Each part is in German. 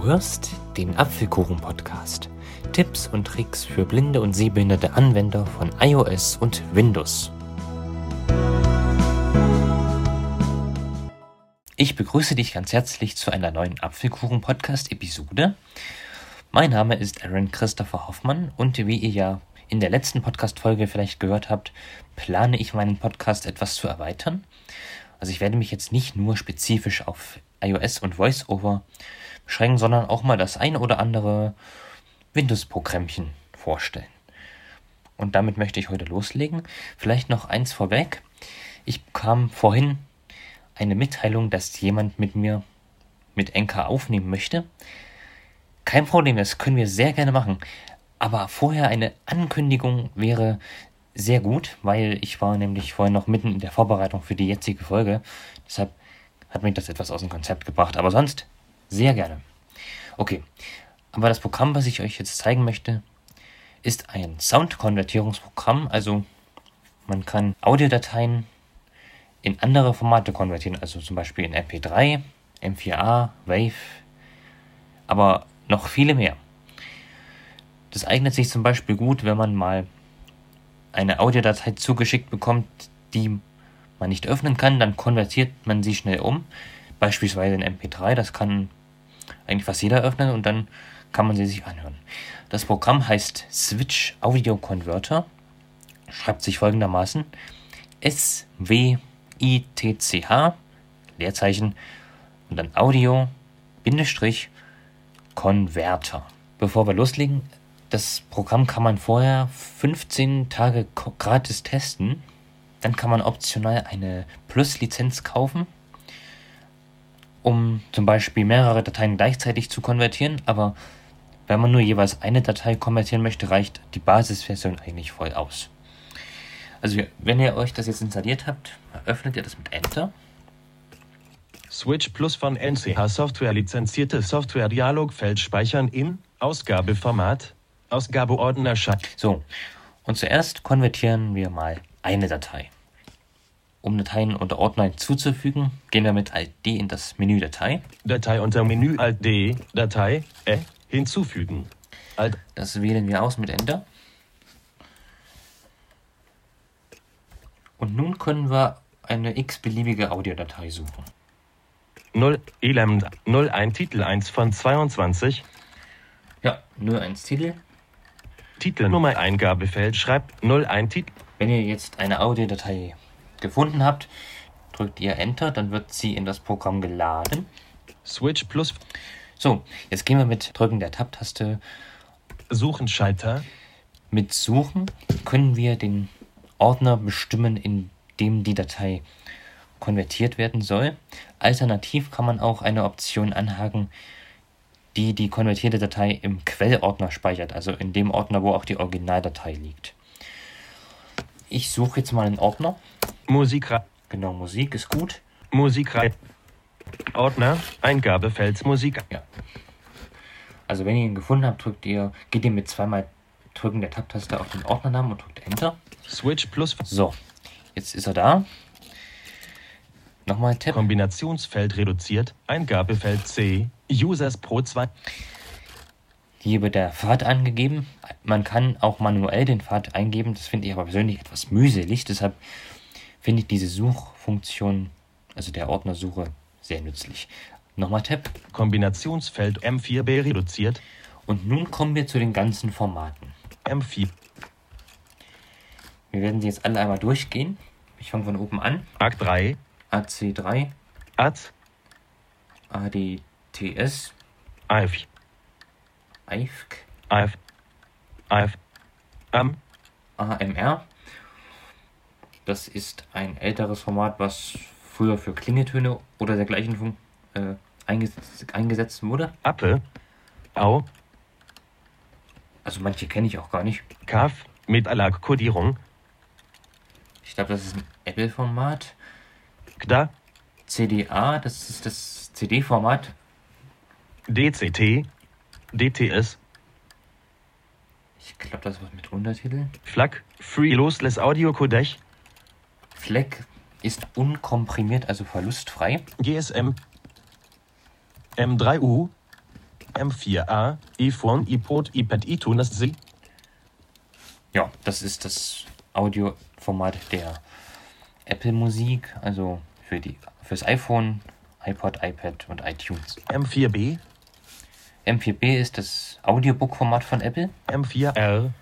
hörst den Apfelkuchen-Podcast. Tipps und Tricks für blinde und sehbehinderte Anwender von iOS und Windows. Ich begrüße dich ganz herzlich zu einer neuen Apfelkuchen-Podcast-Episode. Mein Name ist Aaron Christopher Hoffmann und wie ihr ja in der letzten Podcast-Folge vielleicht gehört habt, plane ich meinen Podcast etwas zu erweitern. Also ich werde mich jetzt nicht nur spezifisch auf iOS und VoiceOver beschränken, sondern auch mal das ein oder andere Windows-Programmchen vorstellen. Und damit möchte ich heute loslegen. Vielleicht noch eins vorweg. Ich bekam vorhin eine Mitteilung, dass jemand mit mir mit Enka aufnehmen möchte. Kein Problem, das können wir sehr gerne machen. Aber vorher eine Ankündigung wäre sehr gut, weil ich war nämlich vorhin noch mitten in der Vorbereitung für die jetzige Folge. Deshalb hat mich das etwas aus dem Konzept gebracht. Aber sonst sehr gerne. Okay, aber das Programm, was ich euch jetzt zeigen möchte, ist ein Soundkonvertierungsprogramm. Also man kann Audiodateien in andere Formate konvertieren, also zum Beispiel in MP3, M4A, Wave, aber noch viele mehr. Das eignet sich zum Beispiel gut, wenn man mal eine Audiodatei zugeschickt bekommt, die man nicht öffnen kann, dann konvertiert man sie schnell um. Beispielsweise in MP3, das kann eigentlich fast jeder öffnen und dann kann man sie sich anhören. Das Programm heißt Switch Audio Converter, schreibt sich folgendermaßen S-W-I-T-C-H, Leerzeichen, und dann Audio, Bindestrich, Converter. Bevor wir loslegen, das Programm kann man vorher 15 Tage ko- gratis testen. Dann kann man optional eine Plus-Lizenz kaufen, um zum Beispiel mehrere Dateien gleichzeitig zu konvertieren. Aber wenn man nur jeweils eine Datei konvertieren möchte, reicht die Basisversion eigentlich voll aus. Also wenn ihr euch das jetzt installiert habt, öffnet ihr das mit Enter. Switch Plus von NCH Software lizenzierte Software Dialogfeld speichern in Ausgabeformat Ausgabeordner Schat So, und zuerst konvertieren wir mal eine Datei. Um Dateien unter Ordner hinzuzufügen, gehen wir mit Alt D in das Menü Datei. Datei unter Menü Alt D Datei äh, hinzufügen Alt Das wählen wir aus mit Enter. Und nun können wir eine x-beliebige Audiodatei suchen. 0 Elend 01 Titel 1 von 22 Ja, 01 Titel. Titelnummer Eingabefeld schreibt 01 Titel Wenn ihr jetzt eine Audiodatei gefunden habt, drückt ihr Enter, dann wird sie in das Programm geladen. Switch Plus So, jetzt gehen wir mit Drücken der Tab-Taste Suchen Schalter Mit Suchen können wir den Ordner bestimmen, in dem die Datei konvertiert werden soll. Alternativ kann man auch eine Option anhaken, die die konvertierte Datei im Quellordner speichert, also in dem Ordner, wo auch die Originaldatei liegt. Ich suche jetzt mal einen Ordner. Musikra Genau, Musik ist gut. Musikra Ordner Eingabefeld Musik Also wenn ihr ihn gefunden habt, drückt ihr, geht ihr mit zweimal drücken der Tab-Taste auf den Ordnernamen und drückt Enter. Switch Plus So, jetzt ist er da. Nochmal Tab. Kombinationsfeld reduziert, Eingabefeld C, Users pro 2. Hier wird der Pfad angegeben. Man kann auch manuell den Pfad eingeben. Das finde ich aber persönlich etwas mühselig. Deshalb finde ich diese Suchfunktion, also der Ordnersuche, sehr nützlich. Nochmal Tab. Kombinationsfeld M4B reduziert, Und nun kommen wir zu den ganzen Formaten. M4. Wir werden sie jetzt alle einmal durchgehen. Ich fange von oben an. Akt 3, AC3, Ad, ADTS, AF, AIFC, AF, AF, Am, AMR. Das ist ein älteres Format, was früher für Klingeltöne oder dergleichen fun- äh, eingesetzt, eingesetzt wurde. Appe, Au, Also manche kenne ich auch gar nicht. Kaf, mit Alag-Kodierung, Ich glaube, das ist ein Apple-Format. KDA, CDA, das ist das CD-Format. DCT, DTS, Ich glaube, das ist was mit Untertiteln. FLAC, Free Lossless Audio Codec, Fleck ist unkomprimiert, also verlustfrei. GSM, M3U, M4A, iPhone, iPod, iPad, iTunes, das Sie- Ja, das ist das Audioformat der Apple Musik, also für die fürs iPhone, iPod, iPad und iTunes. M4B, M4B ist das Audiobook-Format von Apple. M4L,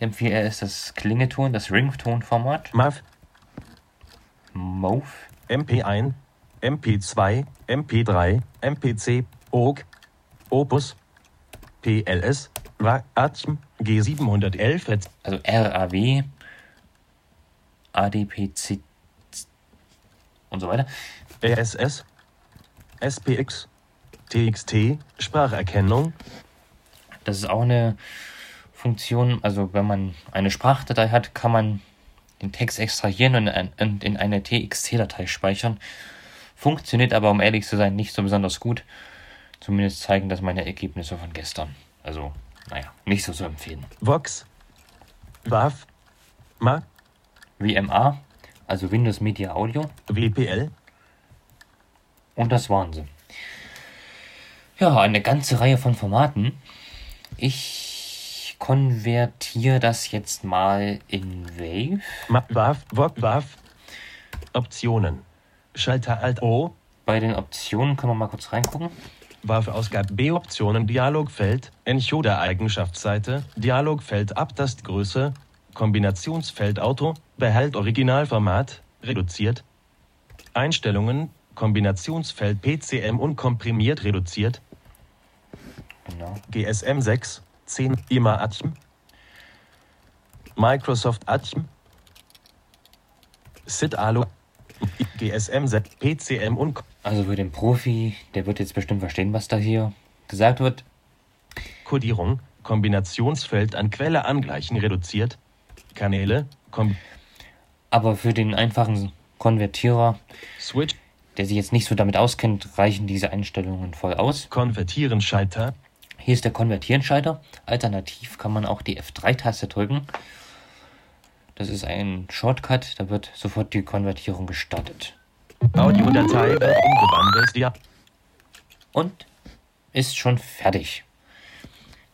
M4R ist das Klingeton, das Ringtone-Format. MAV, Move. MP1, MP2, MP3, MPC, OG, Opus, PLS, Atm, G711, Hertz, also RAW, ADPC und so weiter. RSS, SPX, TXT, Spracherkennung, Das ist auch eine Funktion, also wenn man eine Sprachdatei hat, kann man den Text extrahieren und in ein- und in eine TXT-Datei speichern. Funktioniert aber, um ehrlich zu sein, nicht so besonders gut. Zumindest zeigen das meine Ergebnisse von gestern. Also, naja, nicht so zu empfehlen. Vox, WAV, MA, WMA, also Windows Media Audio. WPL, Und das waren sie. Ja, eine ganze Reihe von Formaten. Ich konvertiere das jetzt mal in Wave. Ma- Waf, Wok, Waf. Optionen. Schalter Alt O. Bei den Optionen können wir mal kurz reingucken. Waf Ausgabe B Optionen Dialogfeld. Encoder Eigenschaftsseite. Dialogfeld Abtastgröße. Kombinationsfeld Auto. Behalt Originalformat. Reduziert. Einstellungen. Kombinationsfeld PCM unkomprimiert reduziert. Genau. GSM 6. 10. Immer Atm. Microsoft Atm. SID Alu. GSM 6. PCM und Also für den Profi, der wird jetzt bestimmt verstehen, was da hier gesagt wird. Kodierung, Kombinationsfeld an Quelle angleichen reduziert, Kanäle, Kom Aber für den einfachen Konvertierer, Switch, der sich jetzt nicht so damit auskennt, reichen diese Einstellungen voll aus. Konvertieren Schalter, Hier ist der Konvertierenschalter. Alternativ kann man auch die F3-Taste drücken. Das ist ein Shortcut, da wird sofort die Konvertierung gestartet. Audiodatei, wird umgewandelt, ja, Und ist schon fertig.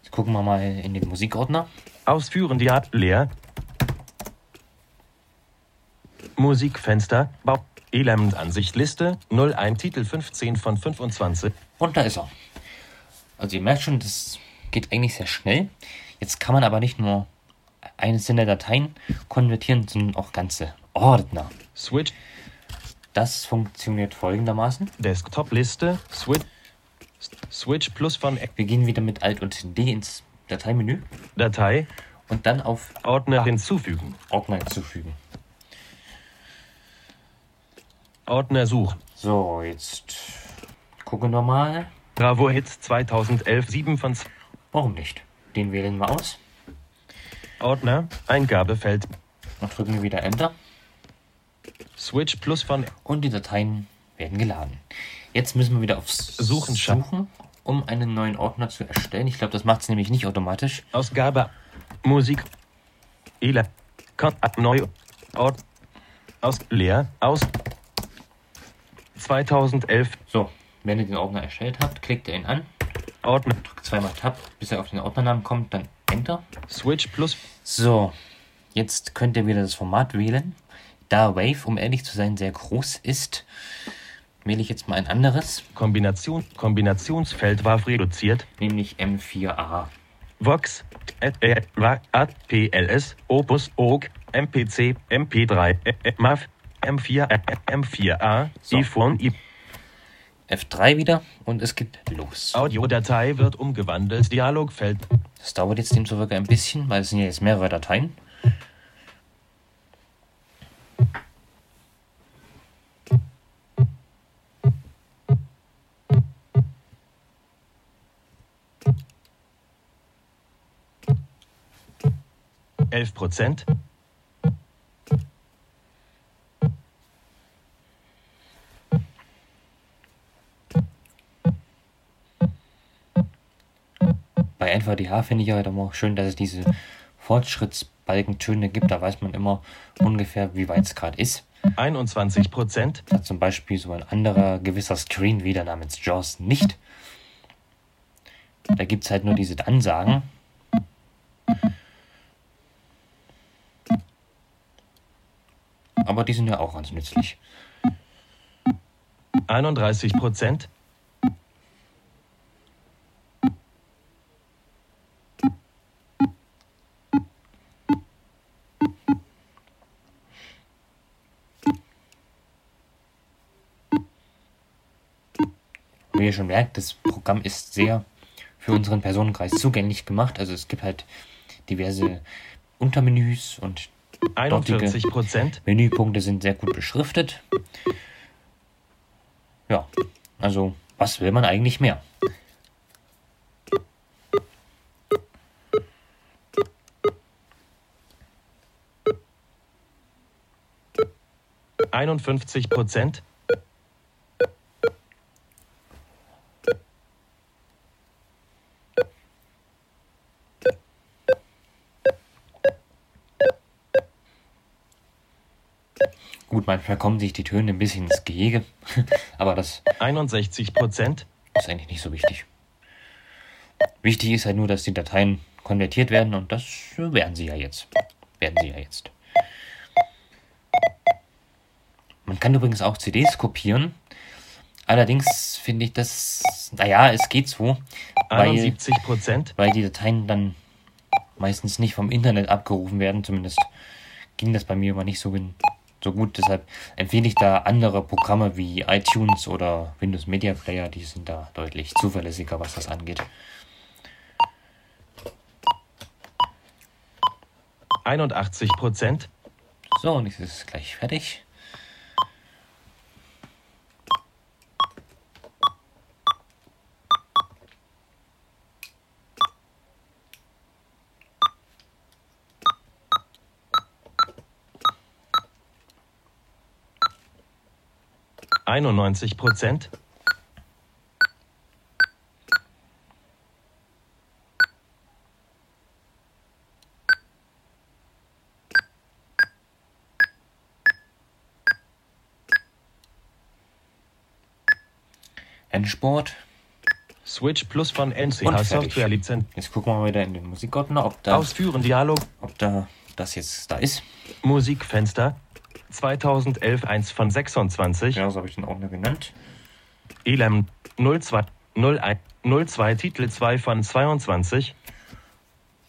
Jetzt gucken wir mal in den Musikordner. ausführen, ja, leer. Musikfenster, Bau, Elementansicht Liste, 01 Titel 15 von 25. Und da ist er. Also ihr merkt schon, das geht eigentlich sehr schnell. Jetzt kann man aber nicht nur einzelne Dateien konvertieren, sondern auch ganze Ordner. Switch, Das funktioniert folgendermaßen. Desktop Liste, Switch, Switch plus von E- Wir gehen wieder mit Alt und D ins Dateimenü Datei, und dann auf Ordner hinzufügen, Ordner hinzufügen. Ordner suchen. So, jetzt gucken wir mal. Bravo Hits 2011 7 von 2. Warum nicht? Den wählen wir aus Ordner, Eingabefeld, und drücken wieder Enter Switch plus von und die Dateien werden geladen. Jetzt müssen wir wieder auf Suchen scha- suchen, um einen neuen Ordner zu erstellen. Ich glaube, das macht es nämlich nicht automatisch. Ausgabe, Musik, Ele, Kon, Neu, Ort, Aus, Leer, Aus, 2011, So, wenn ihr den Ordner erstellt habt, klickt ihr ihn an, Ordner, drückt zweimal Tab, bis er auf den Ordnernamen kommt, dann Enter. Switch plus, So, jetzt könnt ihr wieder das Format wählen. Da Wave, um ehrlich zu sein, sehr groß ist, wähle ich jetzt mal ein anderes, Kombination, Kombinationsfeld war reduziert, nämlich M4A. Vox, E, Ad, Ad, PLS, Opus, OG, MPC, MP3, Ä- Ä- MAV, M4, Ä- Ä- M4A, So. iPhone, i F3 wieder und es geht los. Audiodatei wird umgewandelt, Dialogfeld, Das dauert jetzt demzufolge ein bisschen, weil es sind ja jetzt mehrere Dateien. elf Prozent. Bei NVDH finde ich ja halt immer schön, dass es diese Fortschrittsbalkentöne gibt. Da weiß man immer ungefähr, wie weit es gerade ist. 21 Prozent, Das hat zum Beispiel so ein anderer gewisser Screen wieder namens Jaws nicht. Da gibt es halt nur diese Ansagen. Aber die sind ja auch ganz nützlich. 31 Prozent. Wie ihr schon merkt, das Programm ist sehr für unseren Personenkreis zugänglich gemacht. Also es gibt halt diverse Untermenüs und 41 Prozent. Menüpunkte sind sehr gut beschriftet. Ja, also was will man eigentlich mehr? einundfünfzig Prozent. Gut, manchmal kommen sich die Töne ein bisschen ins Gehege, aber das einundsechzig Prozent. ist eigentlich nicht so wichtig. Wichtig ist halt nur, dass die Dateien konvertiert werden und das werden sie ja jetzt. Werden sie ja jetzt. Man kann übrigens auch CDs kopieren. Allerdings finde ich das, naja, es geht so, weil, 71 Prozent. weil die Dateien dann meistens nicht vom Internet abgerufen werden. Zumindest ging das bei mir immer nicht so, gen- so gut. Deshalb empfehle ich da andere Programme wie iTunes oder Windows Media Player. Die sind da deutlich zuverlässiger, was das angeht. 81 Prozent. So, und jetzt ist es gleich fertig. einundneunzig Prozent. Endsport. Switch Plus von Und NCH fertig. Software Lizenz. Jetzt gucken wir mal wieder in den Musikordner, ob da, Ausführen Dialog. ob da das jetzt da ist. Musikfenster. 2011 1 von 26. Ja, so habe ich den Ordner genannt. Elam 02 01 02 Titel 2 von 22.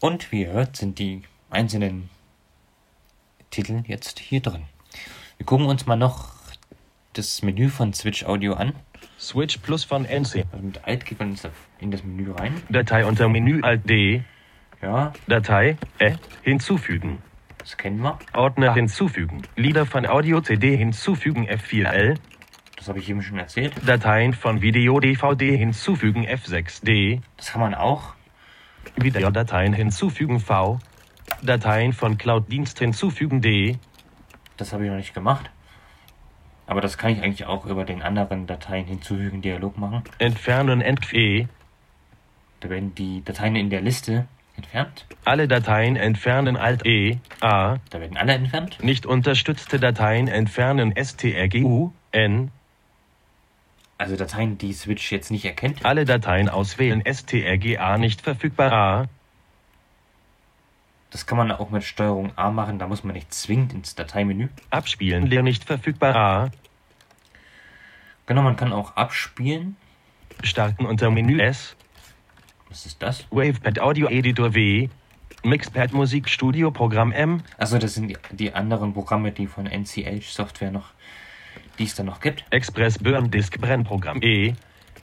Und wie ihr hört, sind die einzelnen Titel jetzt hier drin. Wir gucken uns mal noch das Menü von Switch Audio an. Switch Plus von NC. Also mit Alt geht man ins- in das Menü rein. Datei unter Menü Alt D. Ja, Datei äh, hinzufügen. das kennen wir. Ordner hinzufügen. Lieder von Audio CD hinzufügen F4L. Das habe ich eben schon erzählt. Dateien von Video DVD hinzufügen F6D. Das kann man auch. Videodateien hinzufügen V. Dateien von Cloud-Dienst hinzufügen D. Das habe ich noch nicht gemacht. Aber das kann ich eigentlich auch über den anderen Dateien hinzufügen, Dialog machen. Entfernen E. NFE. Da werden die Dateien in der Liste entfernt. Alle Dateien entfernen Alt E. A. Da werden alle entfernt. Nicht unterstützte Dateien entfernen STRGU. N. Also Dateien, die Switch jetzt nicht erkennt. Alle Dateien auswählen STRGA nicht verfügbar. A. Das kann man auch mit Steuerung A machen. Da muss man nicht zwingend ins Dateimenü. Abspielen leer nicht verfügbar. A. Genau, man kann auch abspielen. Starten unter Menü S. Was ist das? Wavepad Audio Editor W. Mixpad Musikstudio Programm M. Also das sind die, die anderen Programme, die von NCH Software noch, die es da noch gibt. Express Burn Disk Brennprogramm E.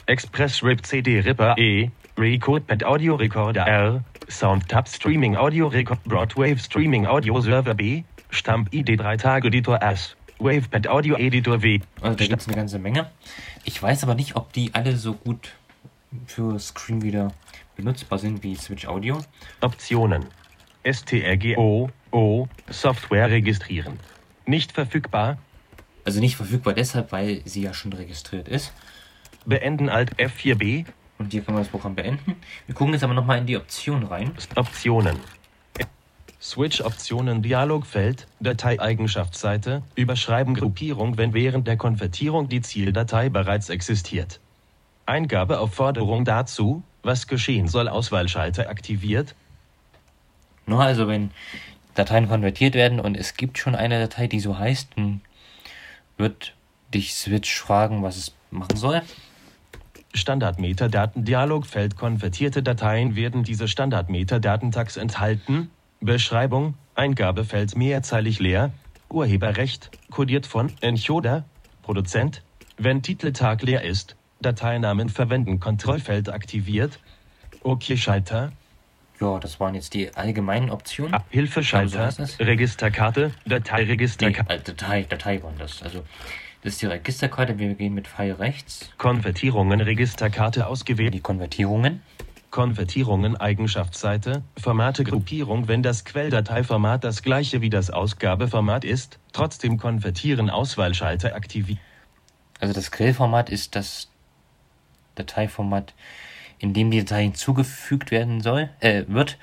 Express Rip CD Ripper E. Recordpad Audio Recorder R. Soundtab Streaming Audio Record Broadwave Streaming Audio Server B. Stamp ID 3 Tage Editor S. Wavepad Audio Editor W. Also da gibt es eine ganze Menge. Ich weiß aber nicht, ob die alle so gut für Screen wieder benutzbar sind wie Switch Audio. Optionen. STRGO. O. Software registrieren. Nicht verfügbar. Also nicht verfügbar deshalb, weil sie ja schon registriert ist. Beenden Alt F4B. Und hier kann man das Programm beenden. Wir gucken jetzt aber nochmal in die Option rein. Optionen. Switch Optionen Dialogfeld, Dateieigenschaftsseite, Überschreiben Gruppierung, wenn während der Konvertierung die Zieldatei bereits existiert. Eingabe auf Forderung dazu, Was geschehen soll, Auswahlschalter aktiviert. Nur also, wenn Dateien konvertiert werden und es gibt schon eine Datei, die so heißt, dann wird dich Switch fragen, was es machen soll. Standard-Metadaten-Dialogfeld Konvertierte Dateien werden diese Standard-Metadaten-Tags enthalten. Beschreibung, Eingabefeld mehrzeilig leer, Urheberrecht, kodiert von Enchoda, Produzent. Wenn Titeltag leer ist, Dateinamen verwenden Kontrollfeld aktiviert. OK-Schalter, Ja, das waren jetzt die allgemeinen Optionen. Ah, Hilfeschalter, Also, was ist das? Registerkarte, Nee, Dateiregisterkarte. äh, Datei, Datei waren das. Also, das ist die Registerkarte. Wir gehen mit Pfeil rechts Konvertierungen, Registerkarte in ausgewählt. die Konvertierungen. Konvertierungen Eigenschaftsseite, Formate Gruppierung, wenn das Quelldateiformat das gleiche wie das Ausgabeformat ist, trotzdem konvertieren Auswahlschalter aktiviert. Also, das Grillformat ist das Dateiformat, in dem die Datei hinzugefügt werden soll, äh, wird.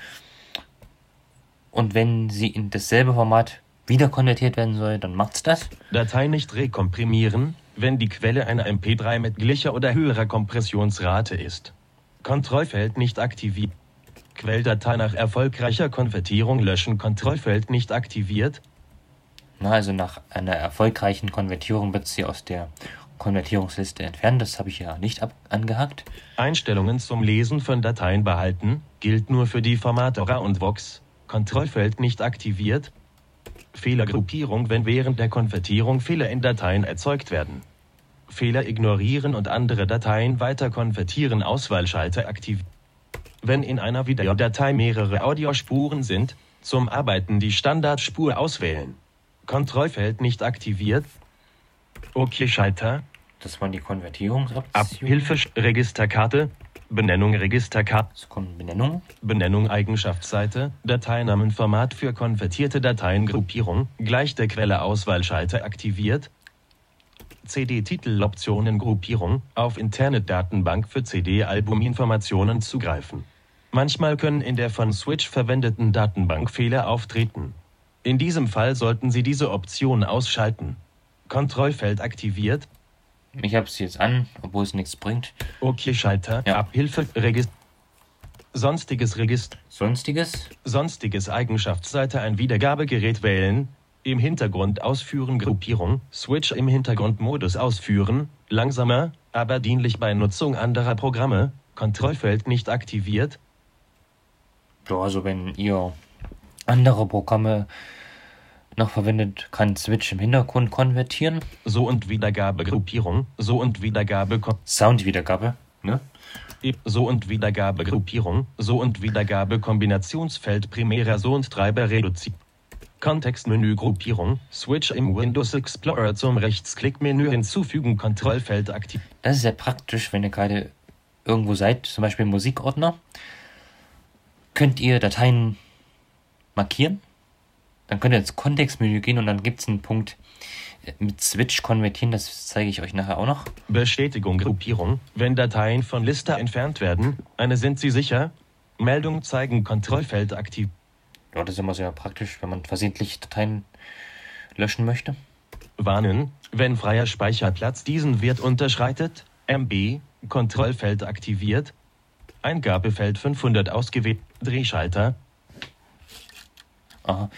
Und wenn sie in dasselbe Format wieder konvertiert werden soll, dann macht's das. Datei nicht rekomprimieren, wenn die Quelle einer MP3 mit gleicher oder höherer Kompressionsrate ist. Kontrollfeld nicht aktiviert. Quelldatei nach erfolgreicher Konvertierung löschen. Kontrollfeld nicht aktiviert. Na, also nach einer erfolgreichen Konvertierung wird sie aus der Konvertierungsliste entfernt. Das habe ich ja nicht ab angehakt. Einstellungen zum Lesen von Dateien behalten, gilt nur für die Formate RA und VOX. Kontrollfeld nicht aktiviert. Fehlergruppierung, wenn während der Konvertierung Fehler in Dateien erzeugt werden. Fehler ignorieren und andere Dateien weiter konvertieren, Auswahlschalter aktiv. Wenn in einer Videodatei mehrere Audiospuren sind, zum Arbeiten die Standardspur auswählen. Kontrollfeld nicht aktiviert. OK-Schalter. Das waren die Konvertierungsoptionen. Abhilfe Registerkarte Benennung Registerkarte Es kommen Benennungen. Benennung Eigenschaftsseite Dateinamen Format für konvertierte Dateien Gruppierung gleich der Quelle Auswahlschalter aktiviert CD Titel Optionen Gruppierung auf interne Datenbank für CD Album Informationen zugreifen. Manchmal können in der von Switch verwendeten Datenbank Fehler auftreten. In diesem Fall sollten Sie diese Option ausschalten. Kontrollfeld aktiviert Ich habe es jetzt an, obwohl es nichts bringt. Okay, Schalter. Ja. Abhilfe. Regist. Sonstiges Regist. Sonstiges. Sonstiges Eigenschaftsseite. Ein Wiedergabegerät wählen. Im Hintergrund ausführen. Gruppierung. Switch im Hintergrundmodus ausführen. Langsamer, aber dienlich bei Nutzung anderer Programme. Kontrollfeld nicht aktiviert. Ja, also wenn ihr andere Programme noch verwendet, kann Switch im Hintergrund konvertieren. So und Wiedergabegruppierung. So und Wiedergabe. Soundwiedergabe. Ne? So und Wiedergabegruppierung, so und Wiedergabe Kombinationsfeld primärer So und Treiber reduziert. Kontextmenü Gruppierung, Switch im Windows Explorer zum Rechtsklickmenü hinzufügen, Kontrollfeld aktiv. Das ist sehr praktisch, wenn ihr gerade irgendwo seid, zum Beispiel im Musikordner. Könnt ihr Dateien markieren? Dann könnt ihr ins Kontextmenü gehen und dann gibt es einen Punkt äh, mit Switch konvertieren. Das zeige ich euch nachher auch noch. Bestätigung Gruppierung, wenn Dateien von Liste entfernt werden, eine sind sie sicher. Meldung zeigen, Kontrollfeld aktiv. Ja, das ist immer sehr praktisch, wenn man versehentlich Dateien löschen möchte. Warnen, wenn freier Speicherplatz diesen Wert unterschreitet, MB, Kontrollfeld aktiviert, Eingabefeld 500 ausgewählt, Drehschalter, Ah. Aha.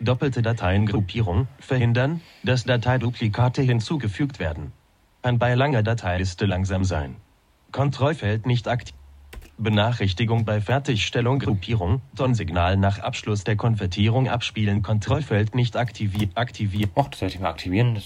Doppelte Dateiengruppierung verhindern, dass Dateiduplikate hinzugefügt werden. Ein bei langer Dateiliste langsam sein. Kontrollfeld nicht aktiv. Benachrichtigung bei Fertigstellung Gruppierung, Tonsignal nach Abschluss der Konvertierung abspielen, Kontrollfeld nicht aktiviert, aktiviert. Och, das sollte ich mal aktivieren. Das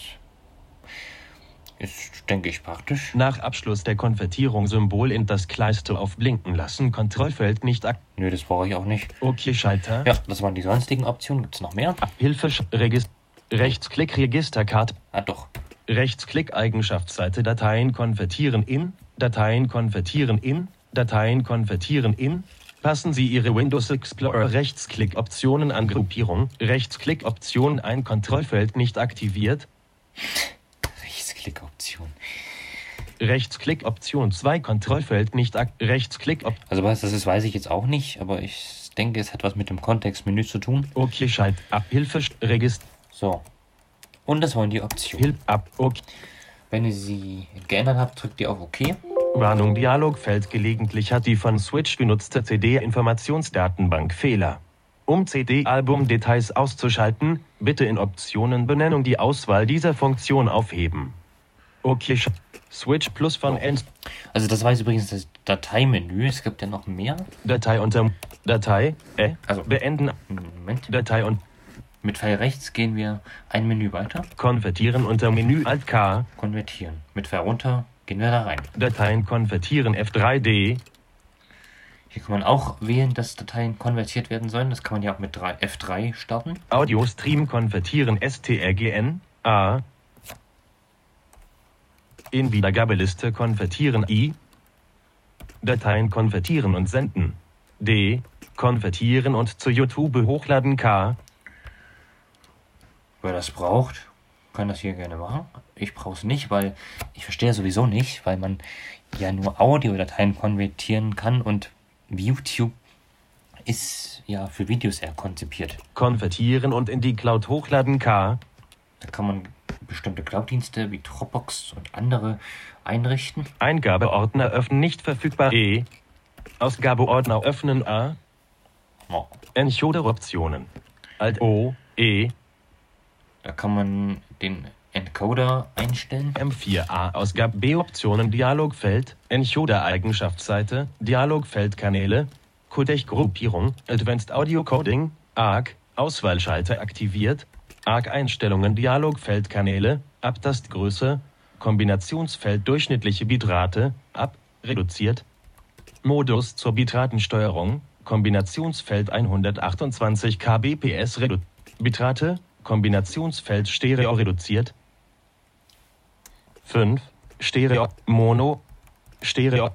ist, denke ich, praktisch. Nach Abschluss der Konvertierung Symbol in das Kleister aufblinken lassen, Kontrollfeld nicht aktiviert. Nö, das brauche ich auch nicht. Okay, Schalter. Ja, das waren die sonstigen Optionen. Gibt es noch mehr? Hilfe, Sch- Regis Rechtsklick, Registerkarte. Ah, doch. Rechtsklick Eigenschaftsseite Dateien konvertieren in, Dateien konvertieren in, Dateien konvertieren in. Passen Sie Ihre Windows Explorer Rechtsklick Optionen an Gruppierung, Rechtsklick Option ein Kontrollfeld nicht aktiviert, Rechtsklick-Option. Rechtsklick Option 2 Kontrollfeld nicht aktiviert, Rechtsklick Op Also was das ist, weiß ich jetzt auch nicht, aber ich denke, es hat was mit dem Kontextmenü zu tun. OK Schalt Abhilfe Sch- Regist So. Und das waren die Optionen. Hilf ab OK Wenn ihr sie geändert habt, drückt ihr auf OK. Warnung Dialogfeld gelegentlich hat die von Switch genutzte CD-Informationsdatenbank Fehler. Um CD-Album-Details auszuschalten, bitte in Optionen-Benennung die Auswahl dieser Funktion aufheben. Okay, sch- Switch plus von End Also das war jetzt übrigens das Dateimenü. Es gibt ja noch mehr. Datei unter Datei, äh, Also- beenden Moment. Datei und Mit Pfeil rechts gehen wir ein Menü weiter. konvertieren unter Menü Alt K, Konvertieren. Mit Pfeil runter gehen wir da rein. Dateien konvertieren F3D, Hier kann man auch wählen, dass Dateien konvertiert werden sollen. Das kann man ja auch mit drei- F3 starten. Audio Stream konvertieren STRGN, A. In Wiedergabeliste konvertieren I. Dateien konvertieren und senden. D. Konvertieren und zu YouTube hochladen K. Wer das braucht, kann das hier gerne machen. Ich brauche es nicht, weil ich verstehe sowieso nicht, weil man ja nur Audiodateien konvertieren kann und YouTube ist ja für Videos eher konzipiert. Konvertieren und in die Cloud hochladen K. Da kann man bestimmte Cloud-Dienste wie Dropbox und andere einrichten. Eingabeordner öffnen nicht verfügbar E. Ausgabeordner öffnen A. Oh, Encoder Optionen. Alt O. E. da kann man den Encoder einstellen. M4A Ausgabe B Optionen Dialogfeld, Encoder Eigenschaftsseite, Dialogfeld Kanäle, Codec Gruppierung, Advanced Audio Coding, ARC, Auswahlschalter aktiviert, ARC Einstellungen Dialogfeld Kanäle, Abtastgröße, Kombinationsfeld durchschnittliche Bitrate, ab, reduziert, Modus zur Bitratensteuerung, Kombinationsfeld 128 kbps reduziert, Bitrate, Kombinationsfeld Stereo reduziert, 5. Stereo, Mono, Stereo,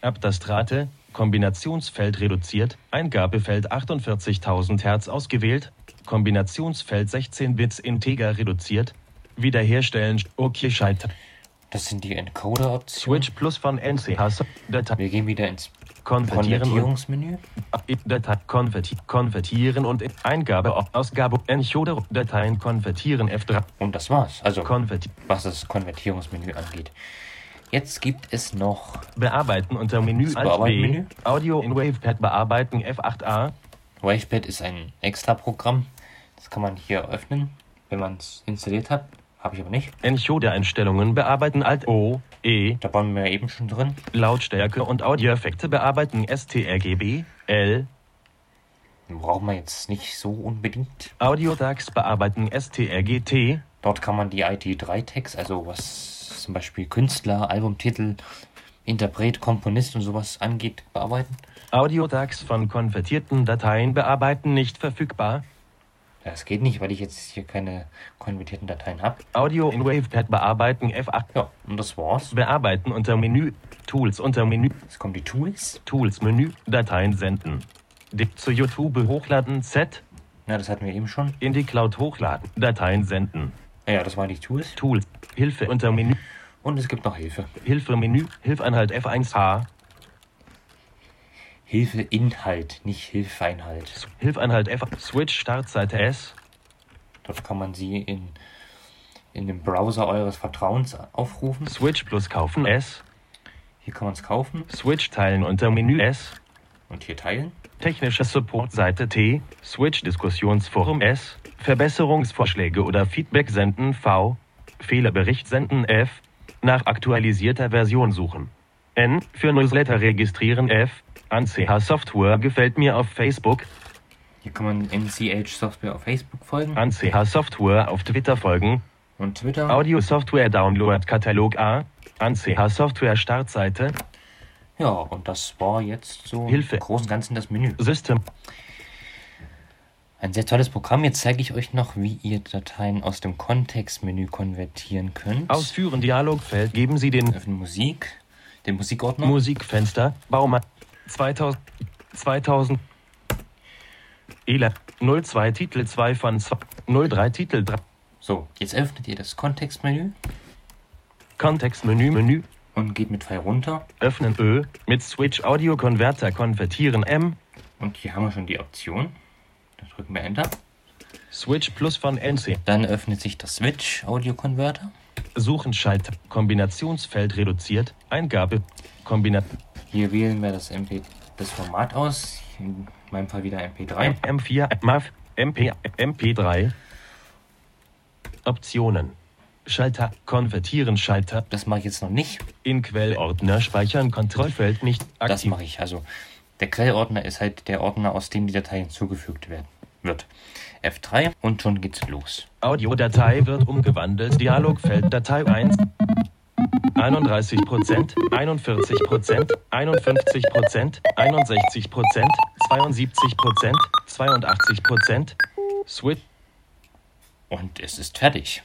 Abtastrate, Kombinationsfeld reduziert, Eingabefeld 48.000 Hertz ausgewählt, Kombinationsfeld 16 Bits Integer reduziert, Wiederherstellen, okay, scheitern. Das sind die Encoder-Optionen. Switch plus von NCH, Datei, Wir gehen wieder ins konvertieren und Konvertierungsmenü. Datei, konverti konvertieren und Eingabe, Ausgabe, Encoder, Dateien konvertieren, F3, Und das war's. Also, konverti was das Konvertierungsmenü angeht. Jetzt gibt es noch, bearbeiten unter Menü Alt B, Bearbeiten-Menü. Audio in Wavepad bearbeiten, F8A, Wavepad ist ein extra Programm. Das kann man hier öffnen, wenn man es installiert hat. Habe ich aber nicht. Encoder-Einstellungen bearbeiten Alt O, E, Da waren wir ja eben schon drin. Lautstärke und Audioeffekte bearbeiten STRGB, L, Den brauchen wir jetzt nicht so unbedingt. Audio-Tags bearbeiten STRGT, Dort kann man die IT3-Tags, also was zum Beispiel Künstler, Albumtitel, Interpret, Komponist und sowas angeht, bearbeiten. Audio-Tags von konvertierten Dateien bearbeiten nicht verfügbar, Das geht nicht, weil ich jetzt hier keine konvertierten Dateien habe. Audio in Wavepad bearbeiten F8, Ja, und das war's. bearbeiten unter Menü, Tools unter Menü, Jetzt kommen die Tools. Tools Menü, Dateien senden, Dip zu YouTube hochladen, Z, Na, das hatten wir eben schon. Ah in die Cloud hochladen, Dateien senden, Ja, das waren die Tools. Tools, Hilfe unter Menü, Und es gibt noch Hilfe. Hilfe Menü, Hilfeinhalt F1H, Hilfe Inhalt, nicht Hilfeinhalt. Hilfeinhalt F, Switch Startseite S, Dort kann man sie in, in dem Browser eures Vertrauens aufrufen. Switch Plus kaufen S, Hier kann man es kaufen Switch teilen unter Menü S, und hier teilen. technische Supportseite T, Switch Diskussionsforum S, Verbesserungsvorschläge oder Feedback senden V, Fehlerbericht senden F, nach aktualisierter Version suchen. N, für Newsletter registrieren F, an CH Software gefällt mir auf Facebook, Hier kann man NCH Software auf Facebook folgen an CH Software auf Twitter folgen, und Twitter. Audio Software Download Katalog A, an CH Software Startseite, Ja, und das war jetzt so Hilfe. im Großen und Ganzen das Menü. System, Ein sehr tolles Programm. Jetzt zeige ich euch noch, wie ihr Dateien aus dem Kontextmenü konvertieren könnt. Ausführen Dialogfeld geben Sie den Öffnen Musik, den Musikordner. Musikfenster Baumann 2000 2000 ELA 02 Titel 2 von 2, 03 Titel 3 so, jetzt öffnet ihr das Kontextmenü Kontextmenü Menü und geht mit Pfeil runter. öffnen Ö mit Switch Audio Converter konvertieren M Und hier haben wir schon die Option. Da drücken wir Enter. Switch Plus von NC Dann öffnet sich das Switch Audio Converter. Suchen Schalter. Kombinationsfeld reduziert. Eingabe. Kombinat. Hier wählen wir das MP das Format aus. In meinem Fall wieder MP3. M4. MAF. MP. MP3. Optionen. Schalter. Konvertieren Schalter. Das mache ich jetzt noch nicht. In Quellordner speichern. Kontrollfeld nicht Das aktiv. mache ich. Also der Quellordner ist halt der Ordner, aus dem die Datei hinzugefügt werden wird. F3 und schon geht's los. Audiodatei wird umgewandelt. Dialogfeld Datei 1. 31 Prozent, 41 Prozent, 51 Prozent, 61 Prozent, 72 Prozent, 82 Prozent. Switch. Und es ist fertig.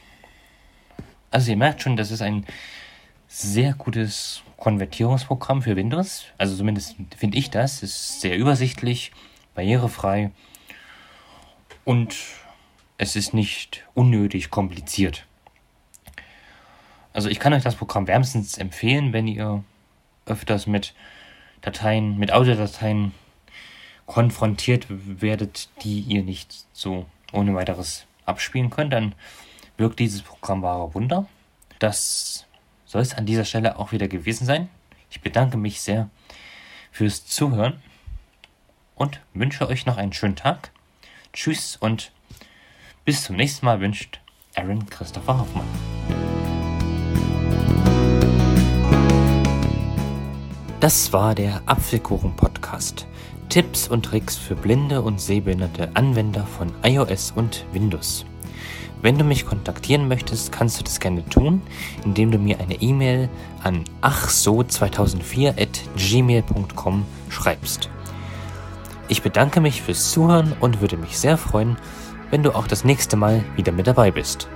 Also ihr merkt schon, das ist ein sehr gutes Konvertierungsprogramm für Windows. Also zumindest finde ich das. Ist sehr übersichtlich, barrierefrei und es ist nicht unnötig kompliziert. Also ich kann euch das Programm wärmstens empfehlen, wenn ihr öfters mit Dateien, mit Audiodateien konfrontiert werdet, die ihr nicht so ohne weiteres abspielen könnt, dann wirkt dieses Programm wahre Wunder. Das soll es an dieser Stelle auch wieder gewesen sein. Ich bedanke mich sehr fürs Zuhören und wünsche euch noch einen schönen Tag. Tschüss und bis zum nächsten Mal wünscht Aaron Christopher Hoffmann. Das war der Apfelkuchen Podcast. Tipps und Tricks für blinde und sehbehinderte Anwender von iOS und Windows. Wenn du mich kontaktieren möchtest, kannst du das gerne tun, indem du mir eine E-Mail an achso2004@gmail.com schreibst. Ich bedanke mich fürs Zuhören und würde mich sehr freuen, wenn du auch das nächste Mal wieder mit dabei bist.